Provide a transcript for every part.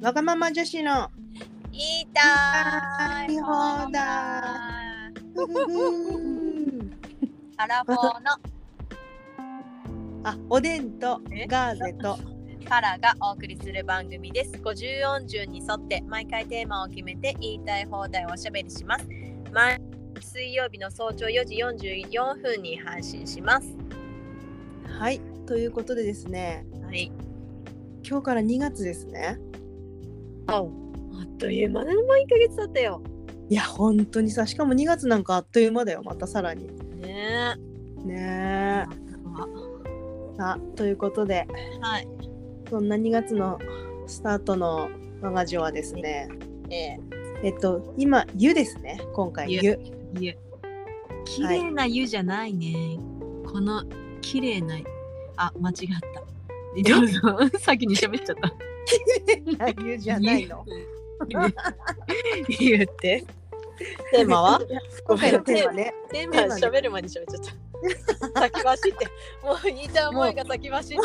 わがまま女子の言いたい言い放たい放題題ふふふんアラフォーのあおでんとガーゼとカラがお送りする番組です54順に沿って毎回テーマを決めて言いたい放題をおしゃべりします毎水曜日の早朝4時44分に配信しますはいということでですねはい今日から2月ですねあっという間にもう1ヶ月経ったよいや本当にさしかも2月なんかあっという間だよまたさらにねねえさあということでえはいそんな2月のスタートの我が女はですねええっと今湯ですね今回湯 湯湯綺麗な湯じゃないね、この綺麗なあ間違ったどうぞ 先に喋っちゃった湯じゃないの 言ってテーマは今回のテーマ ねテーママ喋る前に喋っちゃった 先走ってもう言いたい思いが先走って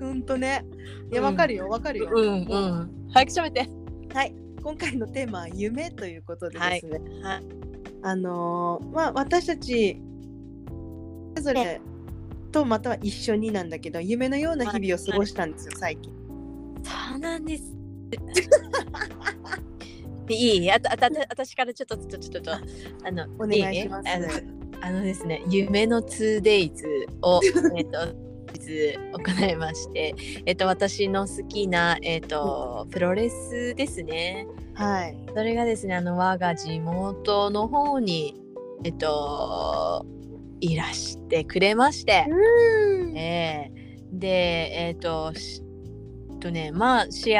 ほんとねいや うんわかるよわかるよ、んうん早く喋ってはい今回のテーマは夢ということでですね、はいあのーまあ私たちそれぞれとまたは一緒になんだけど夢のような日々を過ごしたんですよ最近そうなんです いいあとあとあと私からちょっとちょっとちょっとあのお願いしますいあのあのですね、夢の 2days を、えっと、行いまして、えっと、私の好きな、えっと、プロレスですね。はいそれがですね、あの、我が地元の方に、えっと、いらしてくれまして、ええで、えっと、しえっとね、まあ、試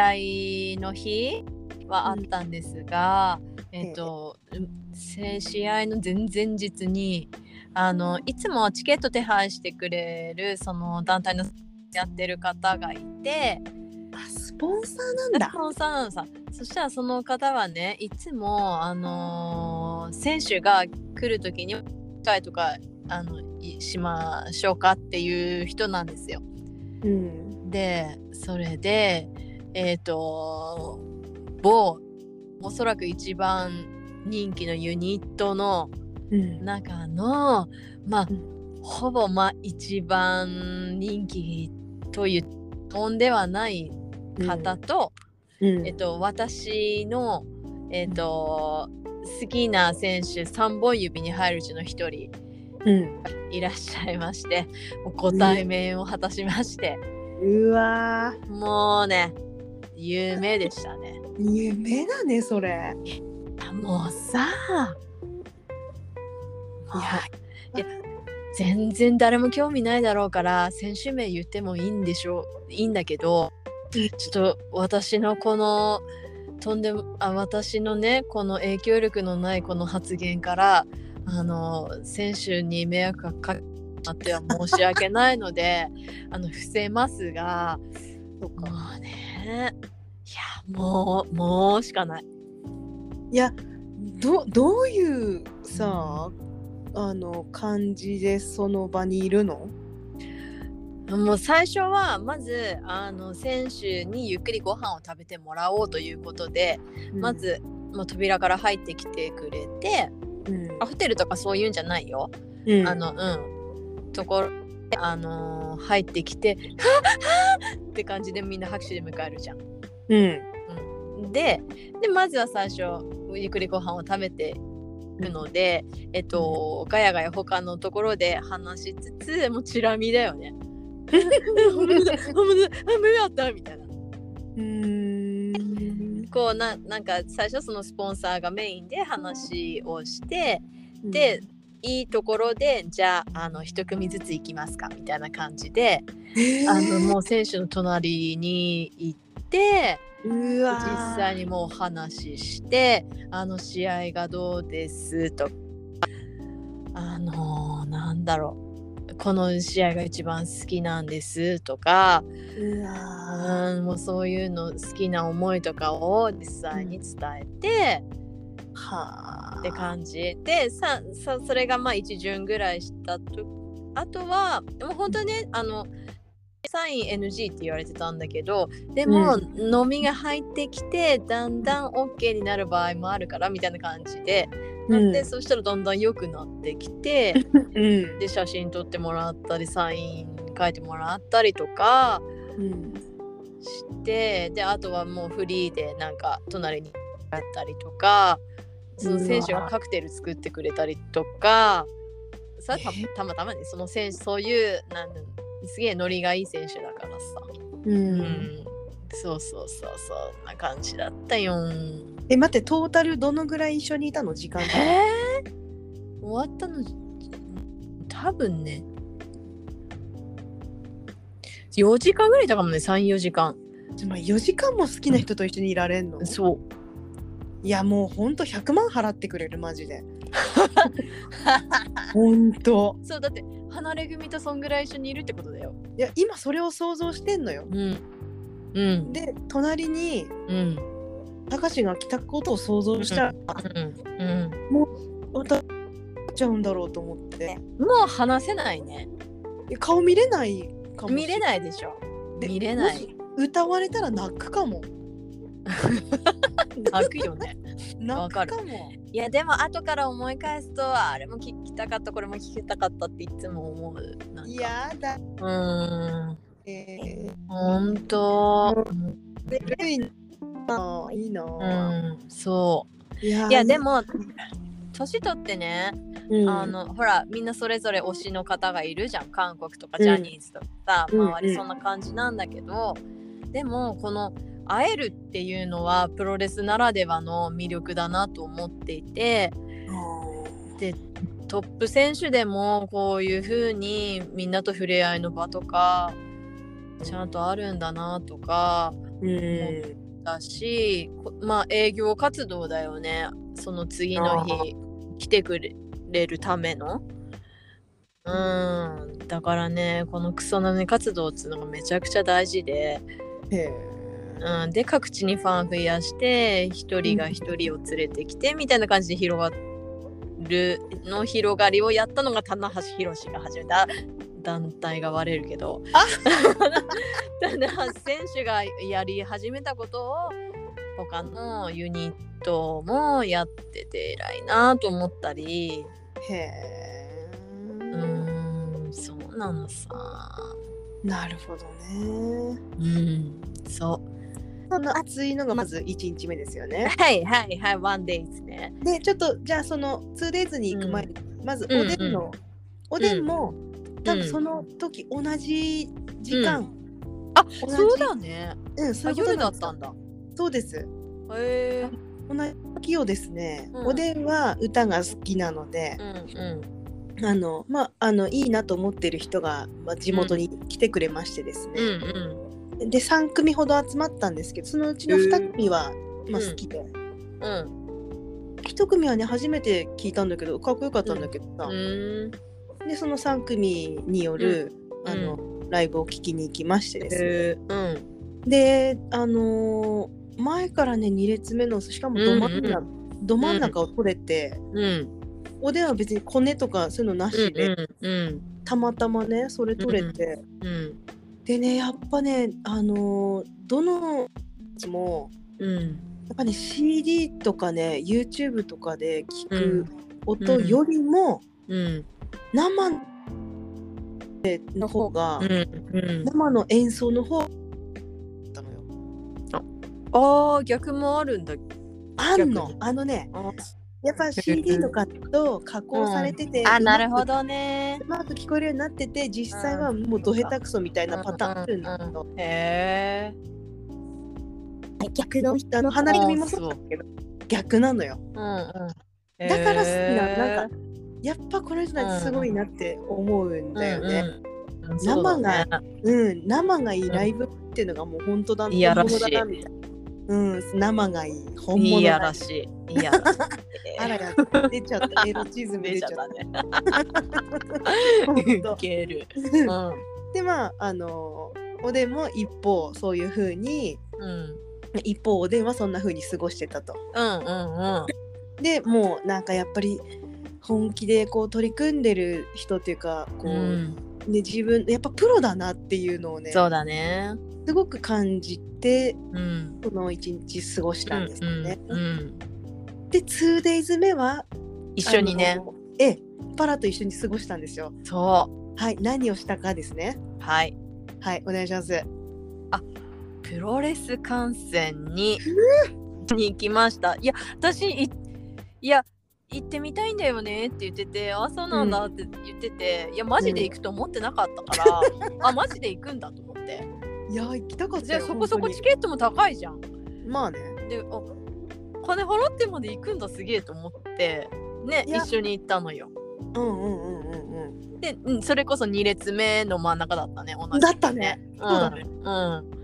合の日はあったんですが、えっと、せ試合の前々日に、あの、いつもチケット手配してくれる、その団体のやってる方がいて、あスポンサーなんだスポンサーなのさそしたらその方はねいつもあのー選手が来る時に「会とかあのいしましょうか」っていう人なんですよ。うんでそれでえっ、と某おそらく一番人気のユニットのうん中のまあうほぼまあ一番人気というとんではない方と、うんえっと、私の、えっと、好きな選手3本指に入るうちの1人うんいらっしゃいましてもうご対面を果たしまして、うわもうね夢でしたね。ー夢だねそれもうさいやいや全然誰も興味ないだろうから選手名言ってもいいんでしょういいんだけどちょっと私のこのとんでもあ私のねこの影響力のないこの発言からあの選手に迷惑がかかっては申し訳ないので あの伏せますがそうもうねいやもうもうしかない。いやどどういうさあの感じでその場にいるのもう最初はまずあの選手にゆっくりご飯を食べてもらおうということで、ま、ず、まあ、扉から入ってきてくれてうんあホテルとかそういうんじゃないよ、うんあのうんところで、あのー入ってきて「はあはあって感じでみんな拍手で迎えるじゃん。うんででまずは最初ゆっくりご飯を食べていくので、えっとガヤガヤ他のところで話しつつもうチラ見だよね。本物だ本物だあ無理だったみたいな。うーんこうななんか最初そのスポンサーがメインで話をしてで、いいところでじゃああの一組ずつ行きますかみたいな感じで、あのもう選手の隣に行ってうわー実際にもう話してあの試合がどうですとかあのなんだろうこの試合が一番好きなんですとかうわうんもうそういうの好きな思いとかを実際に伝えて、ーはあって感じでささそれがまあ一巡ぐらいしたとあとはでも本当にねあのサイン NG って言われてたんだけどでも、飲みが入ってきてだんだん OK になる場合もあるからみたいな感じで。なんで、そしたらだんだん良くなってきて、うんで写真撮ってもらったりサイン書いてもらったりとかうんしてであとはもうフリーでなんか隣にあったりとかその選手がカクテル作ってくれたりとかさたたまたまねその選手そういうなんすげえノリがいい選手だからさ、ううんん、そうそうそうそんな感じだったよ。え待ってトータルどのぐらい一緒にいたの時間がえー、終わったの多分ね4時間ぐらいいたかもね34時間まあ4時間も好きな人と一緒にいられんの、そういやもうほんと100万払ってくれるマジ でほんとそうだって離れ組とそんぐらい一緒にいるってことだよいや今それを想像してんのようんうんで隣にうんたかしが来たことを想像したら、うんまたちゃうんだろうと思ってもう話せないねえ顔見れないかもし見れいないでしょで見れなもいし歌われたら泣くかも泣くよね泣わくかかるも いやでも後から思い返すとあれも聞きたかったこれも聞きたかったっていつも思うなんかいやだうんえー本当。でルイあーいいなうあ、ん、そう。いやいや、でも、も。年取ってね、うんあのほらみんなそれぞれ推しの方がいるじゃん韓国とかうんジャニーズとかさ、うん周りそんな感じなんだけど、でもこの会えるっていうのはプロレスならではの魅力だなと思っていてトップ選手でもこういう風にみんなと触れ合いの場とかちゃんとあるんだなとかうんだしこまあ営業活動だよねその次のあ日来てくれるためのうんだからねこのクソなめ活動っつうのがめちゃくちゃ大事で、へえうん、で各地にファン増やして一人が一人を連れてきてみたいな感じで広がるの広がりをやったのが棚橋宏が始めた団体が割れるけどあ 棚橋選手がやり始めたことを他のユニットもやってて偉いなと思ったりへえうーんそうなのさなるほどねうんそう その熱いのがまず1日目ですよねはいはいはいワンデイですねでちょっとじゃあその 2days に行く前に、まずおでんの、うんうんおでんも、多う分んその時同じ時間、あ同じそうだねうん、そうあいうこと夜だなんっですたんだそうですへえ同じ時をですね、うんおでんは歌が好きなのでう、んあのまああのいいなと思ってる人が、まあ、地元に来てくれましてですうんうね、んうんで3組ほど集まったんですけどそのうちの2組は、まあ、うん好きで、うん一1組はね初めて聞いたんだけどかっこよかったんだけどさ、うんでその3組による、うんあのライブを聞きに行きましてですね、へえうんであのー前からね2列目のしかもど真ん中,、ど真ん中を取れて、うんおでんは別にコネとかそういうのなしで、うんうんたまたまねそれ取れて、うんでねやっぱねあのーどのやつもうんやっぱね CD とかね YouTube とかで聞うく音よりも、うん生の方が、うん生の演奏の方だったのよ。あー逆もあるんだあんの逆にあのねあやっぱ CD とかと加工されてて、あうまなくるほどねうまく聞こえるようになってて実際はもうど下手くそみたいなパターンあるんだけど、へえ逆の人あの離れ組もそうだけど逆なのよ。うんうんだから好きななんかやっぱこの人たちすごいなって思うんだよね。うんうんそうだねうん、生がいいライブっていうのがもう本当だ、いやらしい本物だなみたいな。うん、生がいい本い物やだらしいいやら しいあらや出ちゃったエロチズム出出ちちゃゃっったた。ね本ウ当ケるううんんでまああのおでんも一方そういう風にうん一方おでんはそんな風に過ごしてたと。うんうんでもうなんかやっぱり本気でこう取り組んでる人っていうかこう、うん、ね、自分やっぱプロだなっていうのをねそうだね。すごく感じてうん。この一日過ごしたんですよね。うんうんで 2days 目は一緒にねあ。のええパラと一緒に過ごしたんですよ。そはい何をしたかですね。う。はい。はいお願いします。プロレス観戦にに行きました。いや私いいや行ってみたいんだよねって言っててあそうなんだって言ってて、いやマジで行くと思ってなかった から、あマジで行くんだと思っていや行きたかったじゃよあそこそ本こ当にチケットも高いじゃん。まあね。であ金払ってまで行くんだすげえと思ってねいや一緒に行ったのよ。うんうんうんうんで、うん、それこそ2列目の真ん中だったね同じ、だったね。うん、そうだねう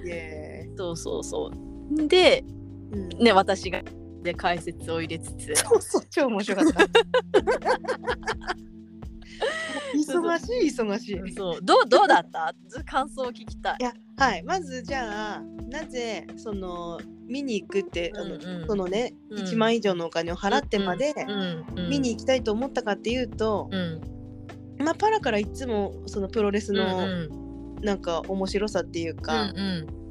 うん。イエん、そうそうそう。でーイうんね私がで解説を入れつつそうそう超面白かった。忙しい忙しい。そうどうどうだった感想を聞きたいい。やはいまずじゃあなぜその見に行くって、あのうんうんそのね、うん1万以上のお金を払ってまでうんうん見に行きたいと思ったかっていうと、うんまあパラからいつもそのプロレスうんのなんか面白さっていうか、うんうん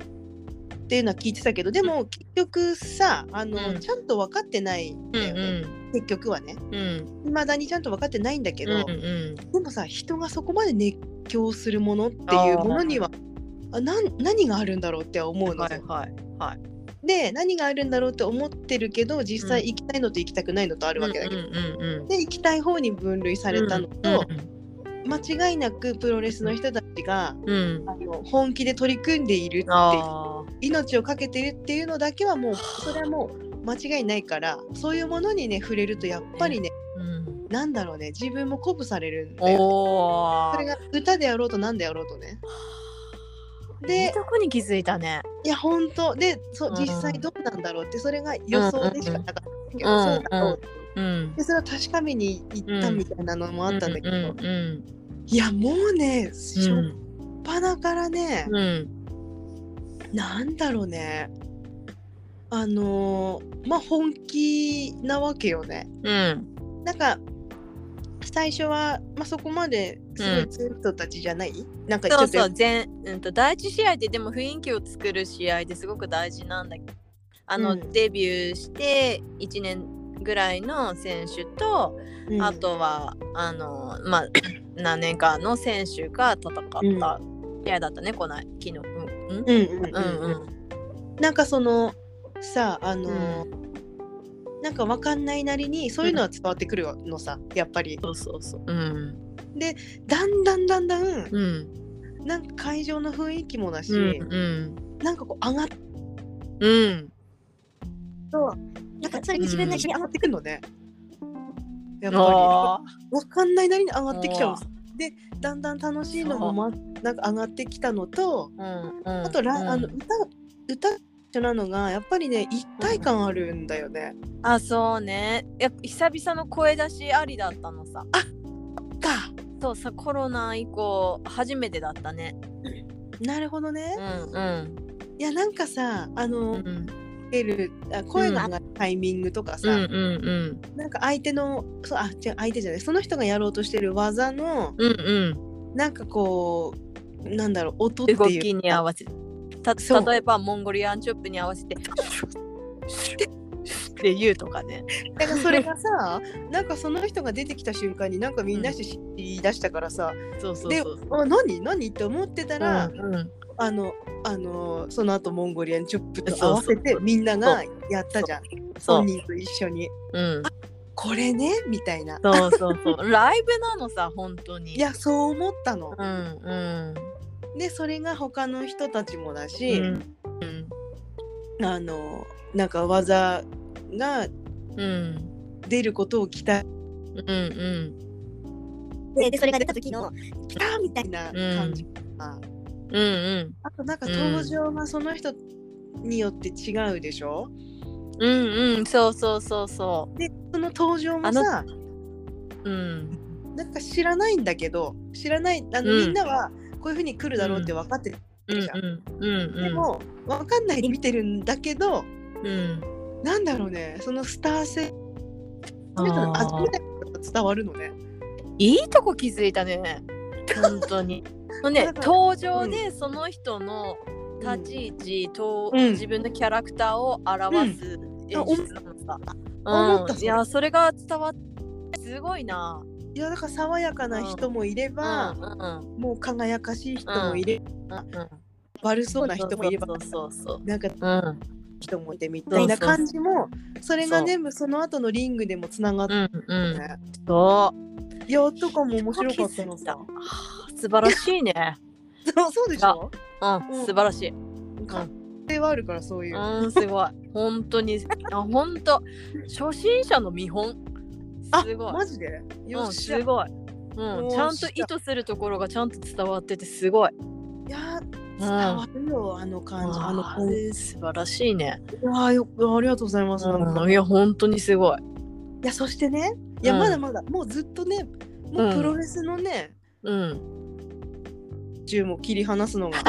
っていうのは聞いてたけどでも結局さあの、うんちゃんと分かってないんだよね、結局はねうんうん未だにちゃんと分かってないんだけど、うんうんでもさ人がそこまで熱狂するものっていうものにはあなん何があるんだろうって思うのはよいはいはいで何があるんだろうって思ってるけど実際行きたいのと行きたくないのとあるわけだけど、うんうんうんで行きたい方に分類されたのと、間違いなくプロレスの人たちが、うんうんあの本気で取り組んでいるっていうあー命を懸けてるっていうのだけはもうそれはもう間違いないからそういうものにね触れるとやっぱりねうんなんだろうね自分も鼓舞されるんだよおそれーが歌であろうと何であろうとね。いいでとこに気づいたね。いや本当でそうん実際どうなんだろうってそれが予想でしかなかったけど、うんうんそうだろううん。でそれを確かめに行ったみたいなのもあったんだけど、うんうんいやもうねう初っん端からね、うんなんだろうねあのーまあ本気なわけよね。うんなんか最初は、まあ、そこまですごい強い人たちじゃない、なんかちょっそとうそう全うんと第一試合ででも雰囲気を作る試合ですごく大事なんだけどあの、うんデビューして1年ぐらいの選手と、うんあとはあのまあ 何年かの選手が戦った試合だったね、この昨日うんうんうんうんうんううんんなんかそのさあうのーんなんかわかんないなりにそういうのは伝わってくるのさ、やっぱりそうそうそううんだんだんだんだんうんなんか会場の雰囲気もだし、うんなんかこう上がっうんとなんかそれに自分の意一志に上がってくるのね、やっぱりわあかんないなりに上がってきちゃうのあさでだんだん楽しいのも、ま、なんか上がってきたのとああとラ、あの歌歌一緒なのがやっぱりね一体感あるんだよね、あそうねやっぱ久々の声出しありだったのさかそうさコロナ以降初めてだったねなるほどうね、んうんいやなんかさあの、うん出るあ声が上がるタイミングとかさ、うんうんなんか相手のそうあ違う相手じゃないその人がやろうとしてる技のうんうんなんかこうなんだろう音ってうん動いきうに合わせてたそう例えばモンゴリアンチョップに合わせてって言うとかねだからそれがさ なんかその人が出てきた瞬間になんかみんなして言い出したからさ、そうそうでそうあ何何って思ってたら、うんうんあのあのその後モンゴリアンチョップとそうそう合わせてみんながやったじゃんそう本人と一緒にうんこれねみたいなそうそうそうライブなのさ本当にいやそう思ったのうんうんでそれが他の人たちもだうし、んうんあのなんか技がうん出ることを期待うんうんでそれが出た時の来たみたいな感じ、あうんあとなんか登場がその人によって違うでしょ、うんうんうんそうそうそうそでその登場もさううんなんか知らないんだけど知らないあの、うんみんなはこういうふうに来るだろうって分かってる、うんうんうんうんでも分かんないで見てるんだけどうんなんだろうねそのスター性初めてあ初ーめてだった伝わるのね。いいとこ気づいたね本当にもうねだから登場でその人の立ち位置と、うん自分のキャラクターを表す演あ思っ出なのさ、あ思ったうそん、いれやそれが伝わってすごいな、いやだから爽やかな人もいればう、んうんもう輝かしい人もいれば、うんうん、悪そうな人もいればそうそうそうなんかそう、うん人もいてみたいな感じもそれが全部その後のリングでもつながっうてんうん、ね。そういやとかも面白かったの気づいたさ。あー素晴らしいね、そうそうでしょうん、素晴らしい家庭はあるからそういう。うんすごい本当にあ本当初心者の見本あすごいマジでようっん、しゃ。すいごい。うん、よっちしゃゃんと意図するところがちゃんと伝わっててすごい。やうん、伝わるよあの感じあのあ感じ。れ素晴らしいね。ああよくありがとうございます。なんかうん、いや本当にすごい。いやそしてねいやうんまだまだもうずっとねもうプロレスのねうん。中も切り離すの がい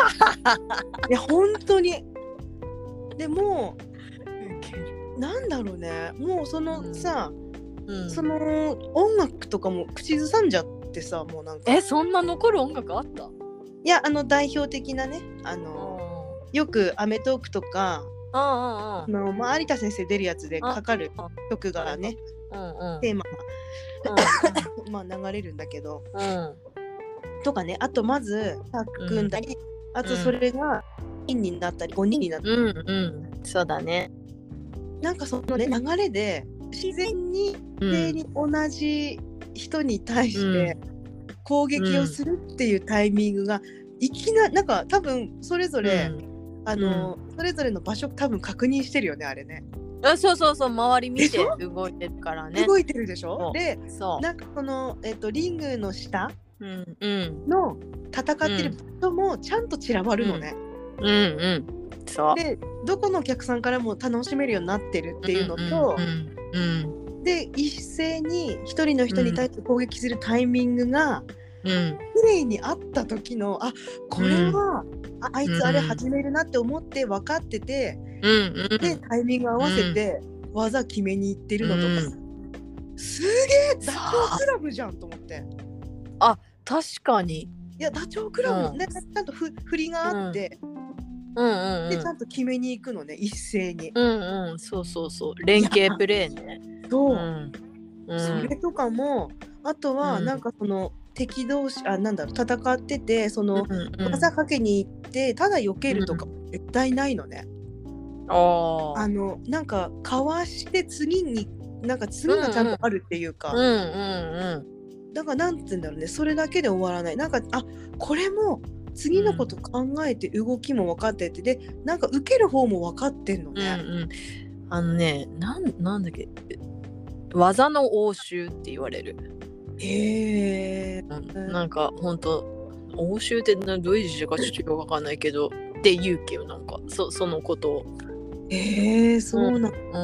や本当にでもうなんだろうねもうそのさ、うん、その音楽とかも口ずさんじゃってさもうなんかえそんな残る音楽あった？いやあの代表的なねあのうよく『アメトーーク』とかあんうんうんの、まあ、有田先生出るやつでかかるあ曲がねうんうんテーマが、まあ、流れるんだけどうんとかねあとまずタックンだり、あとそれが4人になったり5人になったり、うん うんそうだね。なんかその、ね、流れで自然にう全んに同じ人に対して攻撃をするっていうタイミングが、いきななんか多分それぞれ、あのそれぞれの場所多分確認してるよねあれねうん、あそうそうそう周り見て動いてるからね。動いてるでしょそうでそなんかこの、えっとリングの下う。うんうんの戦ってる人もちゃんと散らばるのね、うんうんそう。でどこのお客さんからも楽しめるようになってるっていうのと、うんうんで一斉に一人の人に対して攻撃するタイミングがうんうん綺麗にあった時のあこれは、ああいつあれ始めるなって思って分かってて、うんうんでタイミング合わせて技決めにいってるのとか、すげえダチョウクラブじゃんと思って。確かに。いやダチョウ倶楽部の、うんなんかちゃんとふ振りがあって、うんうんでちゃんと決めに行くのね一斉に。うん。うんうん、そうそうそう。連携プレーね。そうう、ん。うんそれとかもあとはうんなんかその、敵同士あなんだろう戦っててその、うんうん、技かけに行ってただ避けるとか絶対ないのね。あああ。のなんかかわして次になんか次がちゃんとあるっていうか、うんうんだからなんて言うんだろうねそれだけで終わらないなんかあこれも次のこと考えて動きも分かっててでなんか受ける方も分かってんのうん。うんね。うん。あのね、なんなんだっけ。技の応酬って言われる。へえうんうんなんか本当応酬ってなどういう字かちょっとよくわかんないけど。って言うけどなんかそそのことを。へえそうなん、うん。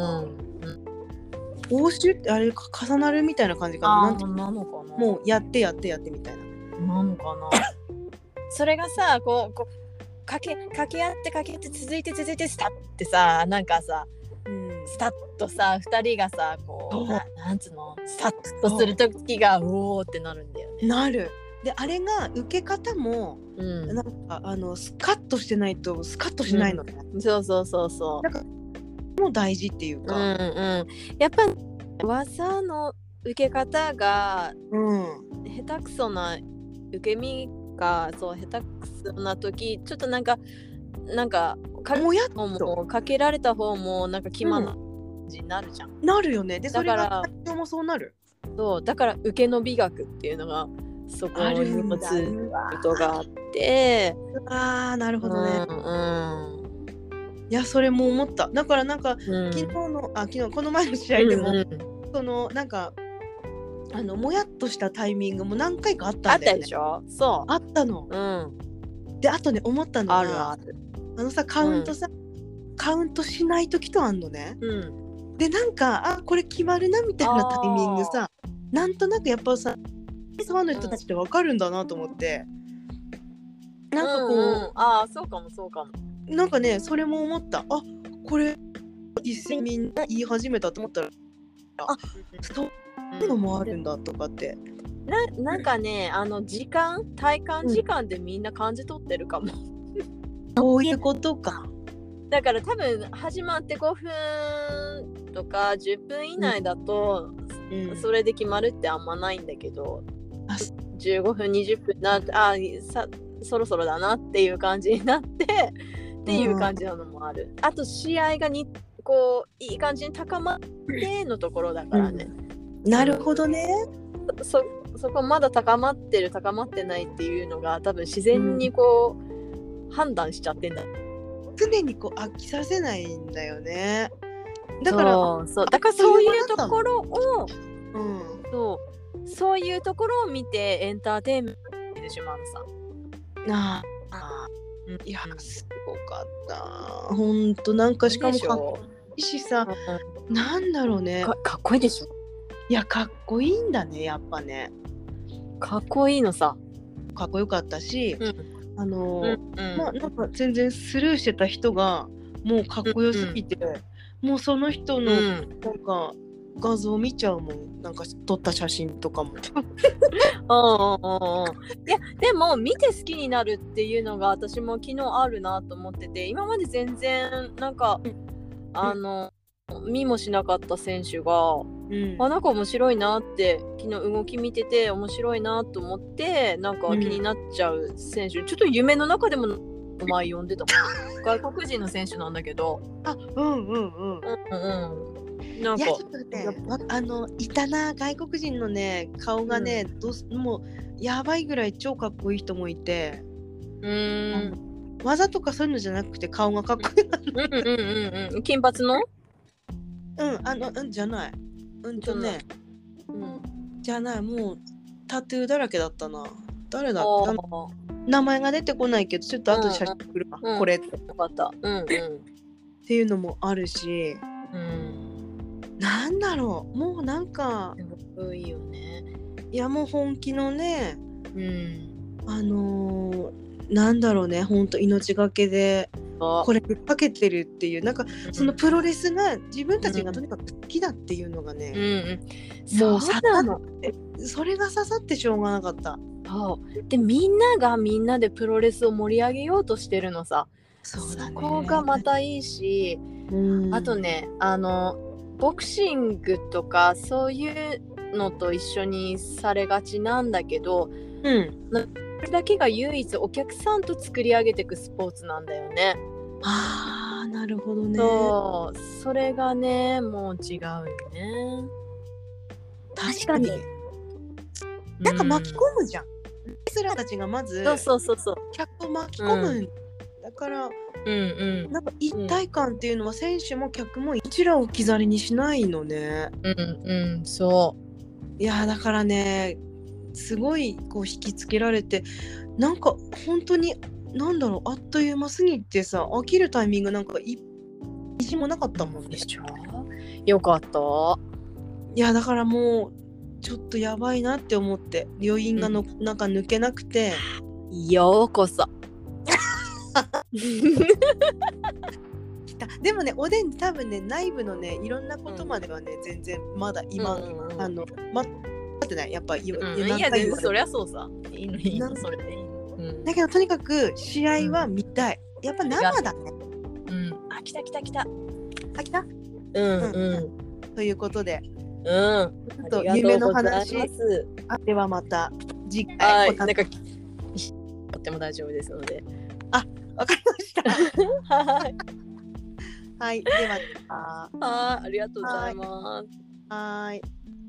応酬ってあれか重なるみたいな感じかなあなんてーなのかな。もうやってやってやってみたいな。なのかな それがさこうこうかけかけ合ってかけ合って続いて続いてスタッってさなんかさうんスタッとさ2人がさこそううななんつうのスタッとする時がうおーってなるんだよね。なるであれが受け方もうなんかあのスカッとしてないとスカッとしないのね、ん、そうそうそうそもう大事っていうう。うんか、うん、やっぱ技の受け方がうん下手くそな受け身がそう下手くそな時ちょっとなんかなんかかもやっ方もかけられた方もなんか気まな感じになるじゃん、なるよねでそだれからが環境もそうなるそうだから受けの美学っていうのがそこあるにんもだつことがあってあーなるほどね、うんうんいやそれも思っただからなんかうん昨日のあ昨日この前の試合でも、うんうんそのなんかあのもやっとしたタイミングも何回かあっあたっんだたよ、でね、しょそあったのう、うん、であとね思ったのはあるある、あのさカウントさ、カウントしない時とあんのねうん、でなんかあこれ決まるなみたいなタイミングさなんとなくやっぱさファンの人たちって分かるんだなと思って、なんかこう、んんああそうかもそうかもなんかねそれも思ったあこれ一斉にみんな言い始めたと思ったらあそうういうのもあるんだとかって。ななんかねあの時間体感時間でみんな感じ取ってるかも、そういうことか。だから多分始まって5分とか10分以内だと、うんそれで決まるってあんまないんだけどあそ15分20分なあさそろそろだなっていう感じになってっていう感じなのもある、あと試合がにこういい感じに高まってのところだからね、なるほどね。そそこまだ高まってる高まってないっていうのが多分自然にこう、判断しちゃってんだ常にこう飽きさせないんだよね。だから、そうそうだからそういうところをうん、そうそういうところを見てエンターテインメントでしょマンさん。なあ。いや、すごかった。ほんと、なんかしかもでしかっこょいいしさ、うなんだろうねん。かかっこいいでしょいや、かっこいいんだね、やっぱね。かっこいいのさ。かっこよかったし、うんあのうー、んまあ、なんか全然スルーしてた人が、もうかっこよすぎて、もうその人の、うんなんか画像見ちゃうもんなんか撮った写真とかもうんうんうんうんいやでも見て好きになるっていうのが私も昨日あるなと思ってて今まで全然なんかあの見もしなかった選手がうんあなんか面白いなって昨日動き見てて面白いなと思ってなんか気になっちゃう選手、ちょっと夢の中でも前呼ん でたもん外国人の選手なんだけどあうんうんうんうんうんなんいかやちょっとねやっわあのいたな外国人のね顔がね、どうすもうやばいぐらい超かっこいい人もいて、うーん技とかそういうのじゃなくて顔がかっこいいなうんうんうんうん金髪の、うんあのうんじゃないうんとねうん、じゃないもうタトゥーだらけだったな誰だおっーけ名前が出てこないけどちょっと後で写真送るわ、うんうんこれってよかったうんっていうのもあるしうんなんだろうもうなんかうんすごいよねいやもう本気のねうんあのーなんだろうねほんと命がけでここれぶっかけてるっていうなんかれそのプロレスが自分たちがとにかく好きだっていうのがうんうね、んもそううなのそれが刺さってしょうがなかったそうでみんながみんなでプロレスを盛り上げようとしてるのさそこがま、たいいし、うんあとねあのボクシングとかそういうのと一緒にされがちなんだけどうんそれだけが唯一お客さんと作り上げていくスポーツなんだよね。あーなるほどねそうそれがねもう違うよね。確かに確なんか巻き込む、むじゃん、レスラーたちがまずそうそうそうそう。客を巻き込む、だからうんうんなんか一体感っていうのは選手も客もどちらを置き去りにしないのね。うんうんそいやーだからねすごいこう引きつけられてなんか本当に何だろうあっという間すぎてさ飽きるタイミングなんかい一もなかったもんうねで。しょよかった。いやだからもうちょっとやばいなって思って余韻がの、なんか抜けなくてようこそ。きたでもねおでん多分ね内部のねいろんなことまではね、全然まだ今、うんうんうんあのま待ってないやっぱ、いうん夜いや中言全然われてそりゃそうさ。いいのいいなのんそれでいいの。うんだけどとにかく試合は見たい。やっぱ生だね。うん。あ来た来た来た。あきたうんうんうんということで、うん。ちょっと夢の話ありがとうございますあではまた次は回い。おなん楽しか とっても大丈夫ですの で。みわかりました。はい。はい、では、はいありがとうございます。はーい。